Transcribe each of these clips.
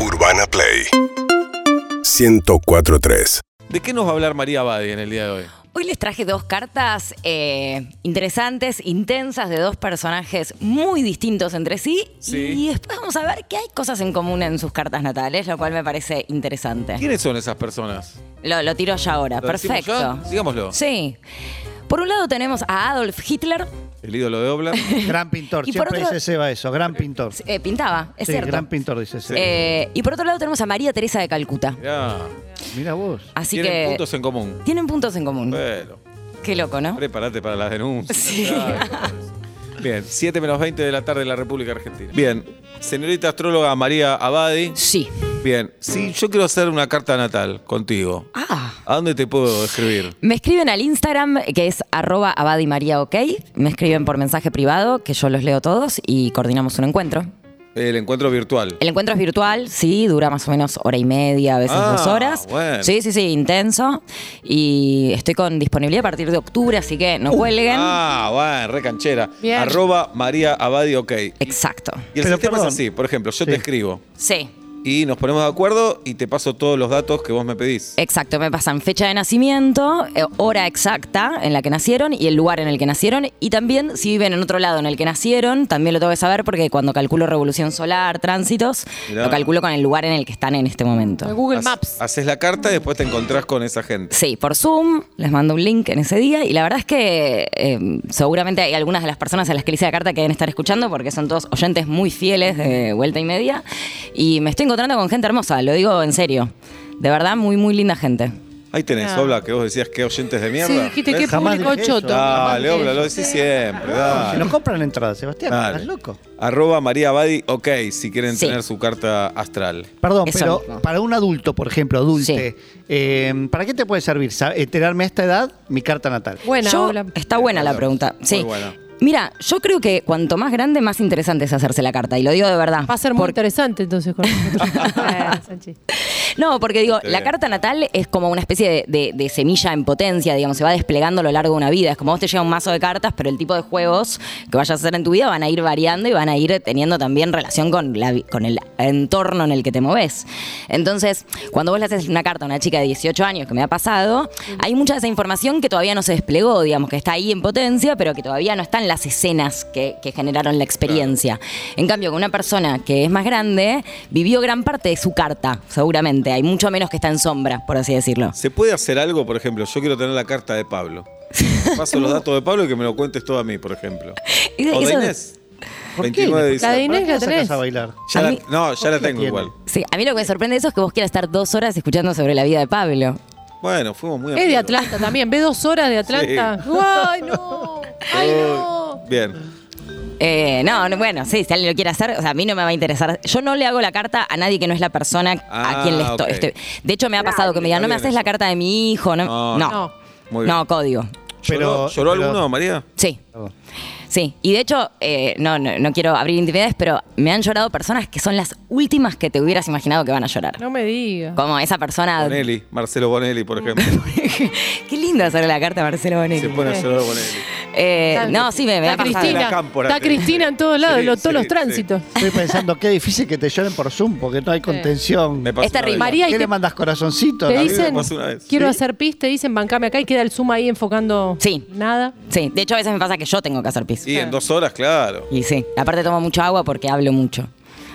Urbana Play 1043. ¿De qué nos va a hablar María Abadi en el día de hoy? Hoy les traje dos cartas eh, interesantes, intensas, de dos personajes muy distintos entre sí, Sí. Y después vamos a ver que hay cosas en común en sus cartas natales, lo cual me parece interesante. ¿Quiénes son esas personas? Lo, lo tiro ya ahora, ¿Lo decimos perfecto. ya? Digámoslo. Sí. Por un lado tenemos a Adolf Hitler. El ídolo de Oblar. Gran pintor, Y por siempre otro- dice Seba eso, gran pintor. Eh, pintaba, es sí, cierto. gran pintor dice Seba. Eh, y por otro lado tenemos a María Teresa de Calcuta. Mirá. Mira vos. Así Tienen que puntos en común. tienen puntos en común. Bueno, Qué loco, ¿no? prepárate para las denuncias. Sí. Claro. pues. Bien, 7 menos 20 de la tarde en la República Argentina. Bien, señorita astróloga María Abadi. Sí. Bien, si yo quiero hacer una carta natal contigo, Ah. ¿a dónde te puedo escribir? Me escriben al Instagram, que es arroba abadimaria, ok. Me escriben por mensaje privado, que yo los leo todos y coordinamos un encuentro. El encuentro virtual. El encuentro es virtual, sí, dura más o menos hora y media, a veces Ah, dos horas. bueno. Sí, sí, sí, intenso. Y estoy con disponibilidad a partir de octubre, así que no cuelguen. Ah, bueno, re canchera. Bien. Arroba María Abadi, ok. Exacto. Y el Pero, sistema perdón. es así, por ejemplo, yo te Sí. escribo Sí. y nos ponemos de acuerdo y te paso todos los datos que vos me pedís. Exacto, me pasan fecha de nacimiento, eh, hora exacta en la que nacieron y el lugar en el que nacieron. Y también si viven en otro lado en el que nacieron, también lo tengo que saber porque cuando calculo revolución solar, tránsitos, Mirá. lo calculo con el lugar en el que están en este momento. Google Hac- Maps. Haces la carta y después te encontrás con esa gente. Sí, por Zoom, les mando un link en ese día y la verdad es que eh, seguramente hay algunas de las personas a las que le hice la carta que deben estar escuchando porque son todos oyentes muy fieles de vuelta y media y me estoy encontrando con gente hermosa, lo digo en serio, de verdad muy, muy linda gente. Ahí tenés, Ah. Obla, que vos decías que oyentes de mierda. Sí, dijiste que ¿Ves? Jamás público dije choto. eso. Dale, Obla, lo decís siempre. Si Dale. nos compran entradas, Sebastián, Dale. estás loco. Arroba María Abadi, ok, si quieren Sí. tener su carta astral. Perdón, Eso pero mismo. para un adulto, por ejemplo, adulte, eh, ¿para qué te puede servir? Sa- Enterarme a esta edad, mi carta natal. Buena, Yo- Ola. Está buena la Hola. pregunta. Muy Sí. buena. Mira, yo creo que cuanto más grande, más interesante es hacerse la carta. Y lo digo de verdad. Va a ser muy Porque- interesante entonces con nosotros. Eh, Sanchi. No, porque digo, Está la bien. carta natal es como una especie de, de- de semilla en potencia, digamos, se va desplegando a lo largo de una vida. Es como vos te llega un mazo de cartas, pero el tipo de juegos que vayas a hacer en tu vida van a ir variando y van a ir teniendo también relación con, la vi- con el entorno en el que te moves. Entonces, cuando vos le haces una carta a una chica de 18 años, que me ha pasado, hay mucha de esa información que todavía no se desplegó, digamos, que está ahí en potencia, pero que todavía no están las escenas que, que generaron la experiencia. En cambio, con una persona que es más grande, vivió gran parte de su carta, seguramente. Hay mucho menos que está en sombra, por así decirlo. ¿Se puede hacer algo, por ejemplo? Yo quiero tener la carta de Pablo. Paso los datos de Pablo y que me lo cuentes todo a mí, por ejemplo. Eso- ¿O de Inés? ¿Por qué? 29 de La de diciembre. ¿Para Inés la qué la sacas tenés. a bailar? Ya A la- mí- no, ya la ¿Por qué tengo tiene? igual. Sí, a mí lo que me sorprende de eso es que vos quieras estar dos horas escuchando sobre la vida de Pablo. Bueno, fuimos muy Es de amigos. Atlanta también. Ve dos horas de Atlanta. ¡Ay, no! ¡Ay, no! Bien. Eh, no, no, bueno, sí, si alguien lo quiere hacer, o sea, a mí no me va a interesar. Yo no le hago la carta a nadie que no es la persona Ah, a quien le estoy. ok. estoy- De hecho, me ha pasado que me digan, Está no me bien haces la eso. carta de mi hijo. No, No, no. no. No, Muy bien. código. ¿Lloró, Pero- ¿lloró pero- alguno, María? Sí. Perdón. Sí, y de hecho, eh, no, no, no quiero abrir intimidades, pero me han llorado personas que son las últimas que te hubieras imaginado que van a llorar. No me digas. Como esa persona. Bonelli, Marcelo Bonelli, por ejemplo. Qué lindo hacerle la carta a Marcelo Bonelli. Se pone a llorar Bonelli. Eh, Está- no, sí, me, me ha Está pasado. La Cristina. cámpora Está tiene. Cristina en todos lados, Sí, lo- todos sí, los sí. tránsitos. Estoy pensando, qué difícil que te lloren por Zoom, porque no hay contención. Me pasó Es terrible. una vez. María, y ¿Qué te, le mandas corazoncito? te A mí me dicen, pasó una vez. quiero Sí. hacer pis, te dicen, bancame acá y queda el zoom ahí enfocando Sí. nada. Sí, de hecho, a veces me pasa que yo tengo que hacer piso. Y en dos horas, claro. Y sí, aparte tomo mucha agua porque hablo mucho.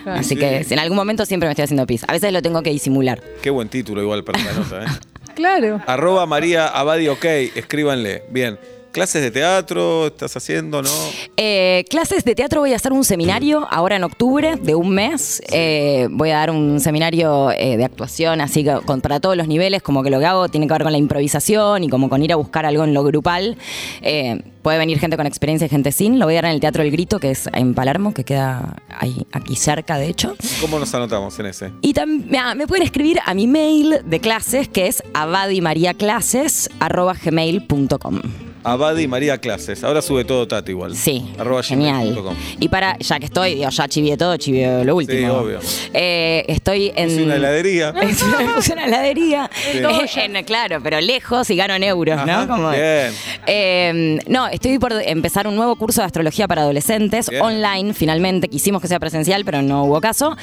Claro. Así que en algún momento siempre me estoy haciendo pis. A veces lo tengo que disimular. Qué buen título igual para la nota, ¿eh? Claro. Arroba María Abadi, ok, escríbanle. Bien. ¿Clases de teatro estás haciendo, no? Eh, clases de teatro voy a hacer un seminario ahora en octubre de un mes. Eh, voy a dar un seminario eh, de actuación, así que con- para todos los niveles, como que lo que hago tiene que ver con la improvisación y como con ir a buscar algo en lo grupal. Eh, puede venir gente con experiencia y gente sin. Lo voy a dar en el Teatro El Grito, que es en Palermo, que queda ahí, aquí cerca, de hecho. ¿Cómo nos anotamos en ese? Y también me pueden escribir a mi mail de clases, que es abadimariaclases.gmail.com. Abadi y María Clases. Ahora sube todo Tati igual. Sí. Arroba genial. gmail.com. Y para, ya que estoy, digo, ya chivié todo, chivié lo último. obvio. Eh, estoy en. Es una heladería. Es una, es una heladería. Sí. En- claro, pero lejos y gano en euros, Ajá, ¿no? Como- bien. Eh, no, estoy por empezar un nuevo curso de astrología para adolescentes Bien. online, finalmente. Quisimos que sea presencial, pero no hubo caso.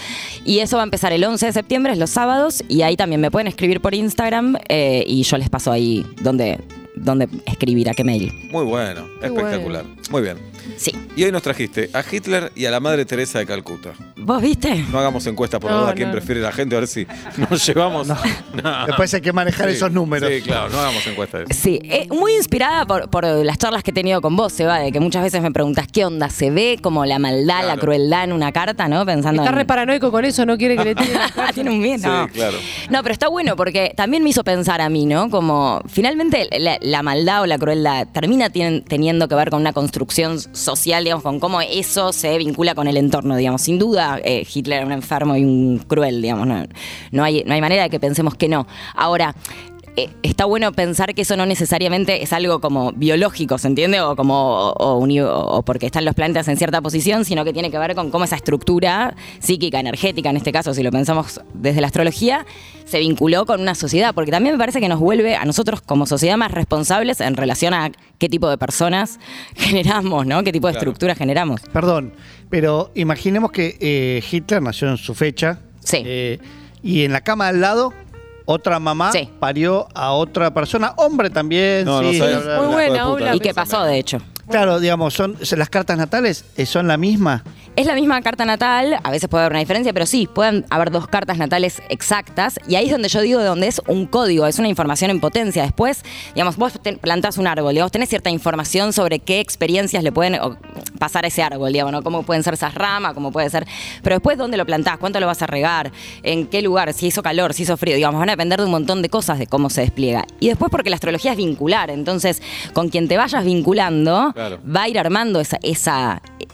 Y eso va a empezar el 11 de septiembre, es los sábados. Y ahí también me pueden escribir por Instagram eh, y yo les paso ahí donde, donde escribir, a qué mail. Muy bueno, espectacular. Muy bien. Sí. Y hoy nos trajiste a Hitler y a la Madre Teresa de Calcuta. ¿Vos viste? No hagamos encuestas por No, duda a quién no. prefiere la gente, a ver si nos llevamos. No. Después hay que manejar Sí, esos números. Sí, claro, no hagamos encuestas de eso. Sí, eh, muy inspirada por, por las charlas que he tenido con vos, Seba, de que muchas veces me preguntas qué onda se ve, como la maldad, la Claro. crueldad en una carta, ¿no? Pensando. Está en- re paranoico con eso, no quiere que le tiren. Ah, tiene un miedo. Sí, claro. No, pero está bueno porque también me hizo pensar a mí, ¿no? Como finalmente la, la maldad o la crueldad termina tien- teniendo que ver con una construcción social, digamos, con cómo eso se vincula con el entorno, digamos. Sin duda, eh, Hitler era un enfermo y un cruel, digamos. No, no hay, no hay manera de que pensemos que no. Ahora. eh, Está bueno pensar que eso no necesariamente es algo como biológico, ¿se entiende? O como o uni- o porque están los planetas en cierta posición, sino que tiene que ver con cómo esa estructura psíquica, energética, en este caso, si lo pensamos desde la astrología, se vinculó con una sociedad, porque también me parece que nos vuelve a nosotros como sociedad más responsables en relación a qué tipo de personas generamos, ¿no? Qué tipo de Claro. estructura generamos. Perdón, pero imaginemos que eh, Hitler nació en su fecha. Sí. eh, y en la cama al lado, otra mamá Sí. parió a otra persona, hombre también. No, sí, no sabes. bla, bla, Muy bla. buena, ¿Y qué pasó, de hecho? Claro, digamos, son se- las cartas natales eh, son la misma. Es la misma carta natal, a veces puede haber una diferencia, pero sí, pueden haber dos cartas natales exactas. Y ahí es donde yo digo de donde es un código, es una información en potencia. Después, digamos, vos te- plantás un árbol, digamos, tenés cierta información sobre qué experiencias le pueden o, pasar a ese árbol, digamos, ¿no? Cómo pueden ser esas ramas, cómo puede ser. Pero después, ¿dónde lo plantás? ¿Cuánto lo vas a regar? ¿En qué lugar? Si hizo calor, si hizo frío, digamos, van a depender de un montón de cosas de cómo se despliega. Y después, porque la astrología es vincular, entonces, con quien te vayas vinculando, Claro. va a ir armando esa. esa eh,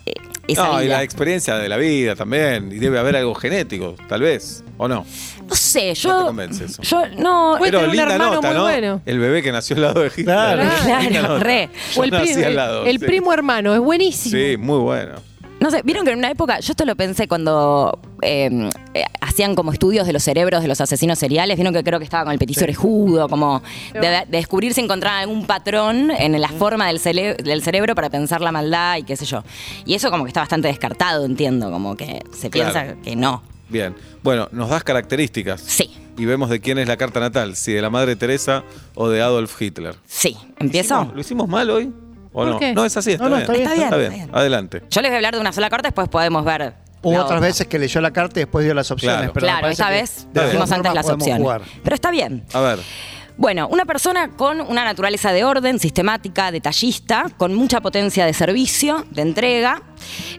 esa no, y vida. la experiencia de la vida también. Y debe haber algo genético, tal vez, ¿o no? No sé, yo. te convence eso. Yo, no. Puede Pero tener un linda hermano nota, muy ¿no? bueno. El bebé que nació al lado de Hitler. Claro. Claro, Linda nota. re. Yo O el, nací primo, al el, lado, el sí. primo hermano, es buenísimo. Sí, muy bueno. No sé, vieron que en una época, yo esto lo pensé cuando eh, eh, hacían como estudios de los cerebros de los asesinos seriales, vieron que creo que estaba con el petiso orejudo, como de, de descubrir si encontraban algún patrón en Mm. la forma del, cele- del cerebro para pensar la maldad y qué sé yo. Y eso como que está bastante descartado, entiendo, como que se Claro. piensa que no. Bien. Bueno, nos das características. Sí. Y vemos de quién es la carta natal, si de la Madre Teresa o de Adolf Hitler. Sí, ¿empiezo? ¿Lo hicimos mal hoy? ¿o ¿Por no? qué? No, es así, está, No, no, bien. está bien, está bien, está bien. Adelante. Yo les voy a hablar de una sola carta, después podemos ver. Hubo la otras otra. veces que leyó la carta y después dio las opciones. Claro. pero me claro, parece esta que vez de las dijimos dos antes formas las podemos opciones. jugar. Pero está bien. A ver. Bueno, una persona con una naturaleza de orden, sistemática, detallista, con mucha potencia de servicio, de entrega,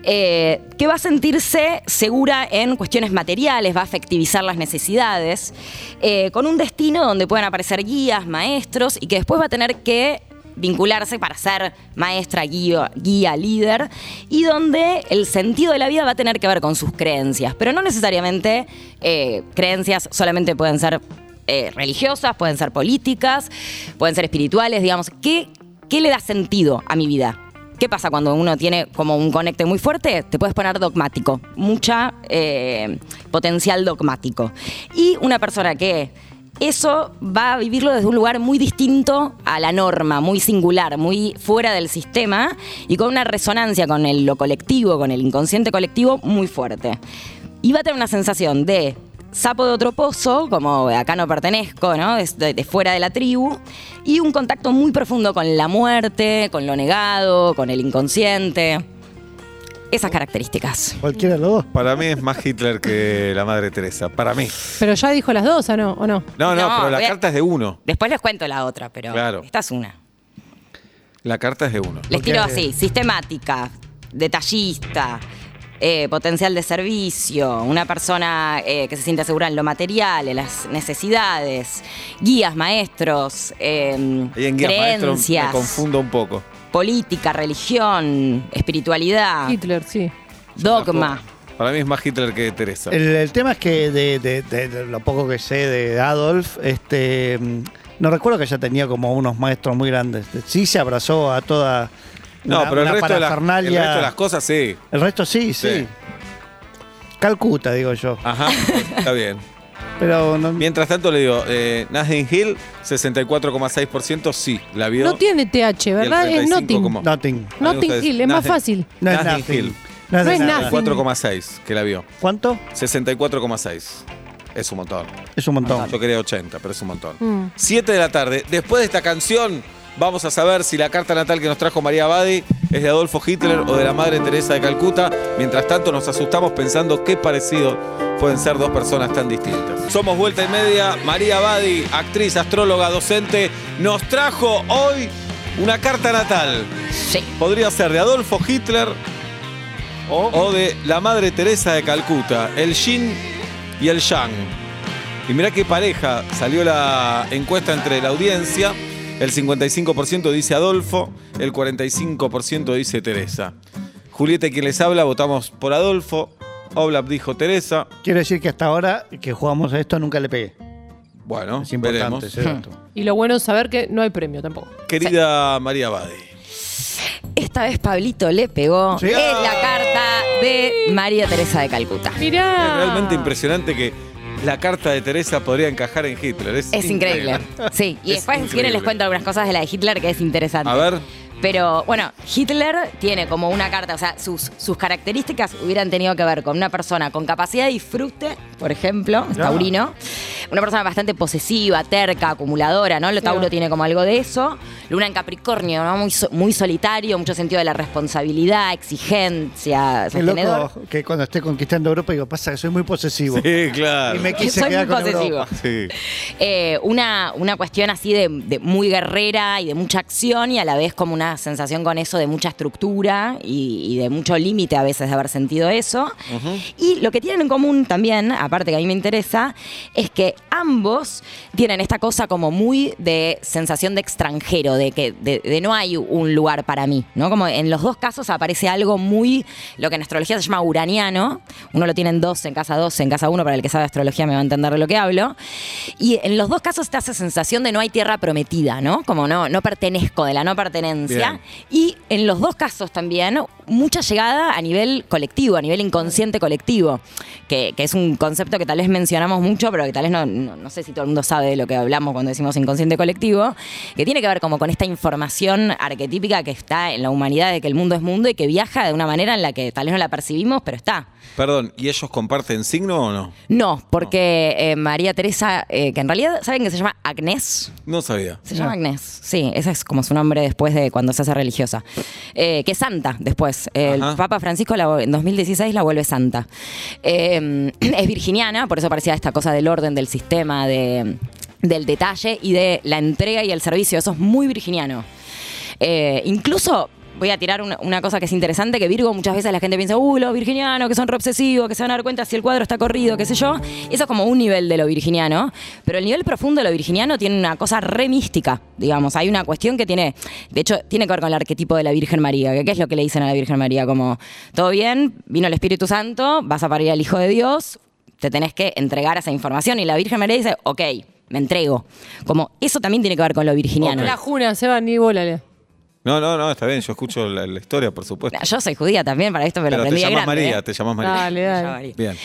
eh, que va a sentirse segura en cuestiones materiales, va a efectivizar las necesidades, eh, con un destino donde pueden aparecer guías, maestros y que después va a tener que vincularse para ser maestra, guía, guía, líder, y donde el sentido de la vida va a tener que ver con sus creencias, pero no necesariamente eh, creencias solamente pueden ser eh, religiosas, pueden ser políticas, pueden ser espirituales, digamos. ¿Qué, ¿Qué le da sentido a mi vida? ¿Qué pasa cuando uno tiene como un conecte muy fuerte? Te puedes poner dogmático, mucha eh, potencial dogmático. Y una persona que eso va a vivirlo desde un lugar muy distinto a la norma, muy singular, muy fuera del sistema y con una resonancia con el- lo colectivo, con el inconsciente colectivo muy fuerte y va a tener una sensación de sapo de otro pozo, como acá no pertenezco, ¿no? Es De, de fuera de la tribu, y un contacto muy profundo con la muerte, con lo negado, con el inconsciente. Esas características. Cualquiera de los dos. Para mí es más Hitler que la Madre Teresa. Para mí. Pero ya dijo las dos, ¿o no? ¿O no? No, no, No, pero la voy a- carta es de uno. Después les cuento la otra, pero Claro. esta es una. La carta es de uno. Les tiro Porque- así, sistemática, detallista, eh, potencial de servicio, una persona eh, que se siente segura en lo material, en las necesidades, guías, maestros, eh, Ahí en guía maestro me creencias, confundo un poco. política, religión, espiritualidad, Hitler, sí. dogma. Para mí es más Hitler que Teresa. El, el tema es que de, de- de- de lo poco que sé de Adolf, este mm, No recuerdo que haya tenido como unos maestros muy grandes. Sí se abrazó a toda. No, una- pero el una resto, de las, el parafernalia. resto de las cosas sí. El resto sí, sí. Sí. Calcuta, digo yo. Ajá, está bien. Pero no, Mientras tanto le digo, eh, Nathan Hill, 64,6% sí, la vio. No tiene TH, ¿verdad? Y el 35 Es Notting. como- nothing. A mí me Notting gusta decir Hill, es más Nathan- fácil. No es Nathan nothing. Hill. No es, No es nada. nothing. 4,6 que la vio. ¿Cuánto? 64,6. Es un montón. Es un montón. Ah, Yo quería 80, pero es un montón. Mm. 7 de la tarde. Después de esta canción, vamos a saber si la carta natal que nos trajo María Abadi es de Adolfo Hitler o de la Madre Teresa de Calcuta. Mientras tanto, nos asustamos pensando qué parecido pueden ser dos personas tan distintas. Somos Vuelta y Media. María Abadi, actriz, astróloga, docente, nos trajo hoy una carta natal. Sí. Podría ser de Adolfo Hitler o de la Madre Teresa de Calcuta, el Yin y el Yang. Y mirá qué pareja, salió la encuesta entre la audiencia, el 55% dice Adolfo, el 45% dice Teresa. Julieta, quien les habla, votamos por Adolfo, Oblap dijo Teresa, Quiero decir que hasta ahora que jugamos a esto nunca le pegué. bueno, Es importante veremos. ese dato. Y lo bueno es saber que no hay premio tampoco. Querida María Badi, Esta vez Pablito le pegó. Sí. Es la carta de María Teresa de Calcuta. Mirá. realmente impresionante que la carta de Teresa podría encajar en Hitler. Es, Es increíble. Sí, y Es después si quieren les increíble. cuento algunas cosas de la de Hitler que es interesante. A ver. Pero bueno, Hitler tiene como una carta, o sea, sus, sus características hubieran tenido que ver con una persona con capacidad de disfrute, por ejemplo, es Ya. taurino, una persona bastante posesiva, terca, acumuladora, ¿no? Lo Tauro tiene como algo de eso. Luna en Capricornio, ¿no? Muy, so- muy solitario, mucho sentido de la responsabilidad, exigencia, Qué sostenedor. loco que cuando esté conquistando Europa digo, pasa que soy muy posesivo. Sí, claro. Y me quise Soy quedar muy con posesivo. Europa. Sí. Eh, una, una cuestión así de, de muy guerrera y de mucha acción y a la vez como una sensación con eso de mucha estructura y, y de mucho límite a veces de haber sentido eso. Y lo que tienen en común también, aparte que a mí me interesa, es que ambos tienen esta cosa como muy de sensación de extranjero, de que de, de no hay un lugar para mí, ¿no? Como en los dos casos aparece algo muy, lo que en astrología se llama uraniano, uno lo tiene en dos, en casa dos, en casa uno, para el que sabe astrología me va a entender de lo que hablo, y en los dos casos te hace sensación de no hay tierra prometida, ¿no? Como no, no pertenezco, de la no Bien. pertenencia. Y en los dos casos también, mucha llegada a nivel colectivo, a nivel inconsciente colectivo, que, que es un concepto que tal vez mencionamos mucho, pero que tal vez no, no- no sé si todo el mundo sabe de lo que hablamos cuando decimos inconsciente colectivo, que tiene que ver como con esta información arquetípica que está en la humanidad de que el mundo es mundo y que viaja de una manera en la que tal vez no la percibimos, pero está. Perdón, ¿y ellos comparten signo o no? No, porque eh, María Teresa, eh, que en realidad, ¿saben que se llama Agnés? No sabía. Se llama Agnés, sí, ese es como su nombre después de cuando se hace religiosa. Eh, que es santa después. Eh, el Ajá. Papa Francisco la vo- en 2016 la vuelve santa. Eh, es virginiana, por eso parecía esta cosa del orden, del sistema, de- del detalle y de la entrega y el servicio. Eso es muy virginiano. Eh, incluso voy a tirar una, una cosa que es interesante, que Virgo muchas veces la gente piensa, uh, los virginianos que son re obsesivos, que se van a dar cuenta si el cuadro está corrido, qué sé yo. Eso es como un nivel de lo virginiano, pero el nivel profundo de lo virginiano tiene una cosa re mística, digamos. Hay una cuestión que tiene, de hecho, tiene que ver con el arquetipo de la Virgen María, que qué es lo que le dicen a la Virgen María, como, todo bien, vino el Espíritu Santo, vas a parir al Hijo de Dios, te tenés que entregar esa información y la Virgen María dice, ok. Me entrego. Como eso también tiene que ver con lo virginiano. La Juna, Seba, ni bola. le- No, no, no, está bien, yo escucho la, la historia, por supuesto. Nah, Yo soy judía también, para esto me lo Pero te aprendí de llamas grande. María, ¿eh? te llamas María. Dale, Me dale. llamo María. Bien.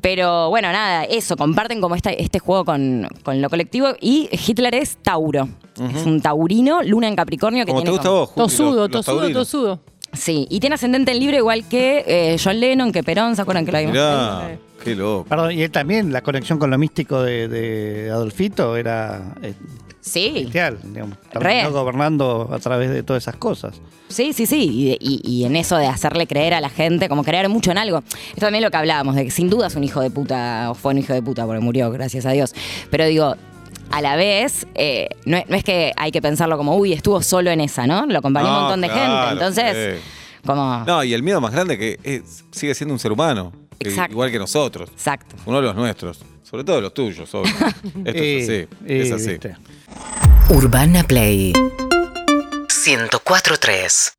Pero bueno, nada, eso, comparten como esta- este juego con, con lo colectivo. Y Hitler es Tauro. Es un taurino, luna en Capricornio que Como te tiene gusta a como- vos, Juli, Tosudo, los- los tosudo, taurinos. tosudo. Sí, y tiene ascendente en libre igual que eh, John Lennon, que Perón, ¿se acuerdan que lo vimos? Mirá, qué loco. Perdón, y él también la conexión con lo místico de, de Adolfito era eh, Sí, bestial, digamos. Re. Terminó gobernando a través de todas esas cosas. sí, sí, sí. Y, de- y- y en eso de hacerle creer a la gente, como creer mucho en algo. Esto también es lo que hablábamos, de que sin duda es un hijo de puta, o fue un hijo de puta porque murió, gracias a Dios. Pero digo, a la vez, eh, no, es- no es que hay que pensarlo como, uy, estuvo solo en esa, ¿no? Lo acompañó No, un montón de Ah, claro, gente. Entonces, sí. como. No, y el miedo más grande que es- sigue siendo un ser humano, que- Exacto. igual que nosotros, Exacto. uno de los nuestros, sobre todo de los tuyos, obvio. Esto es Eh, así, es eh, así. viste. Urbana Play 1043